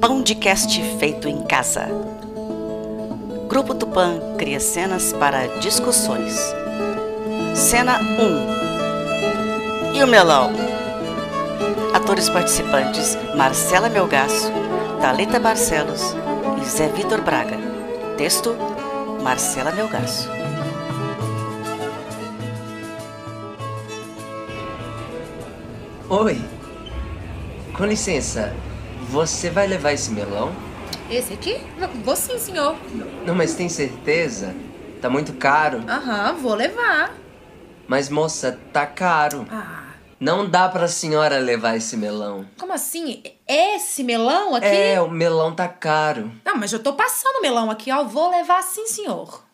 Podcast feito em casa. Grupo Tupan cria cenas para discussões. Cena 1. E o melão? Atores participantes Marcela Melgaço, Talita Barcelos e Zé Vitor Braga. Texto Marcela Melgaço. Oi. Com licença, você vai levar esse melão? Esse aqui? Vou sim, senhor. Não, mas tem certeza? Tá muito caro. Aham, vou levar. Mas moça, tá caro. Ah, Não dá pra senhora levar esse melão. como assim? Esse melão aqui? É, o melão tá caro. Não, mas eu tô passando o melão aqui, ó. Vou levar sim, senhor.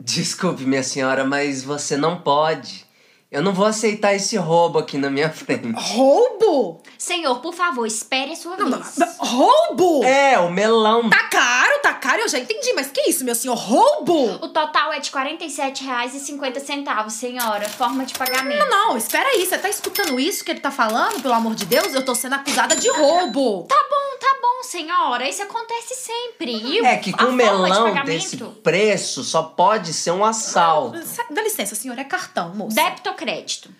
Desculpe, minha senhora, mas você não pode. Eu não vou aceitar esse roubo aqui na minha frente. Roubo? Senhor, por favor, espere a sua vez. Oh. Roubo? É, o melão. Tá caro, tá caro, eu já entendi, mas que isso, meu senhor? Roubo? O total é de R$ 47,50, senhora. Forma de pagamento. Não, espera aí, você tá escutando isso que ele tá falando? Pelo amor de Deus, eu tô sendo acusada de roubo. Tá bom, tá bom, senhora. Isso acontece sempre. E o- É que com a um forma de melão pagamento? desse preço só pode ser um assalto. Sa- Dá licença, senhor, é cartão, moça. Débito ou crédito?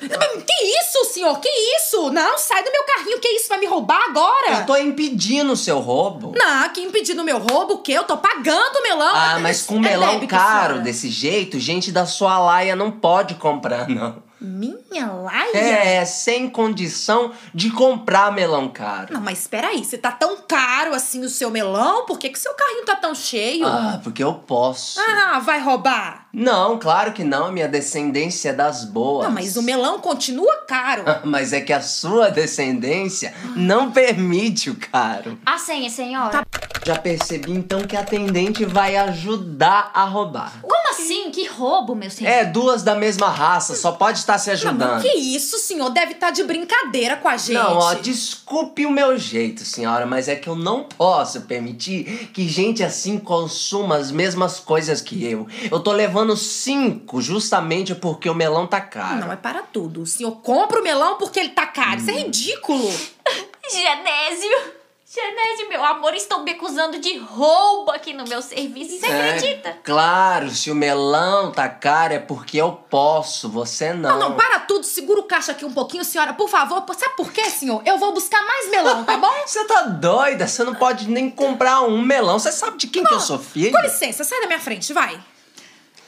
Mas Que isso, senhor? Que isso? Não, sai do meu carrinho, que isso? Vai me roubar agora? Eu tô impedindo o seu roubo. Não, que impedindo meu roubo, o quê? Eu tô pagando o melão. Ah, mas com um melão é débito, caro senhora. desse jeito, gente da sua laia não pode comprar, não. Minha laia? É, sem condição de comprar melão caro. Não, mas espera aí, se tá tão caro assim o seu melão, por que que o seu carrinho tá tão cheio? Ah, porque eu posso. Ah, vai roubar. Não, claro que não, a minha descendência é das boas. Não, mas o melão continua caro. Mas é que a sua descendência não permite o caro. A senha, senhora? Tá Já percebi então que a atendente vai ajudar a roubar. Como assim? Que roubo, meu senhor? É, duas da mesma raça, só pode estar se Não, mas ajudando. que isso, senhor? Deve estar de brincadeira com a gente. Não, ó, desculpe o meu jeito, senhora, mas é que eu não posso permitir que gente assim consuma as mesmas coisas que eu. Eu tô levando cinco justamente porque o melão tá caro. Não, é para tudo. O senhor compra o melão porque ele tá caro. Hum. Isso é ridículo. É. Genésio! Genésio, meu amor, estão me acusando de roubo aqui no meu serviço. Você É, acredita? Claro, se o melão tá caro é porque eu posso, você não. Não, não, para tudo. Segura o caixa aqui um pouquinho, senhora, por favor. Pô, Sabe por quê, senhor? Eu vou buscar mais melão, tá bom? Você tá doida? Você não pode nem comprar um melão. Você sabe de quem que eu sou filho? Com licença, sai da minha frente, vai.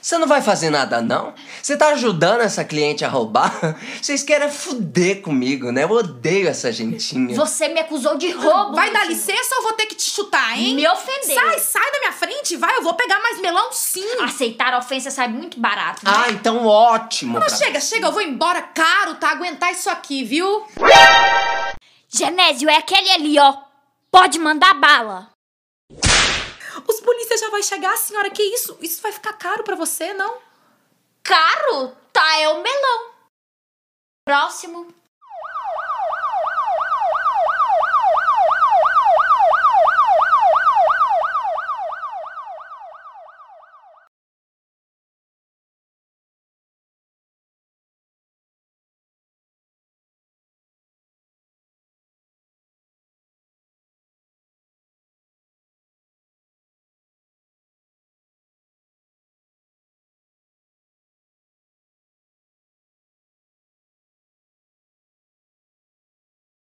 Você não vai fazer nada, não? Você tá ajudando essa cliente a roubar? Vocês querem fuder comigo, né? Eu odeio essa gentinha. Você me acusou de roubo. Vai meu dar senhor. licença ou eu vou ter que te chutar, hein? Me ofendeu. Sai, sai da minha frente, vai. Eu vou pegar mais melão sim. Aceitar ofensa sai muito barato. né? Ah, então ótimo. Não, pra- chega, chega. Eu vou embora caro, tá? Aguentar isso aqui, viu? Genésio, é aquele ali, ó. Pode mandar bala. Os polícias já vai chegar, senhora. Que isso? Isso vai ficar caro pra você, não? Caro? Tá, é o melão. Próximo.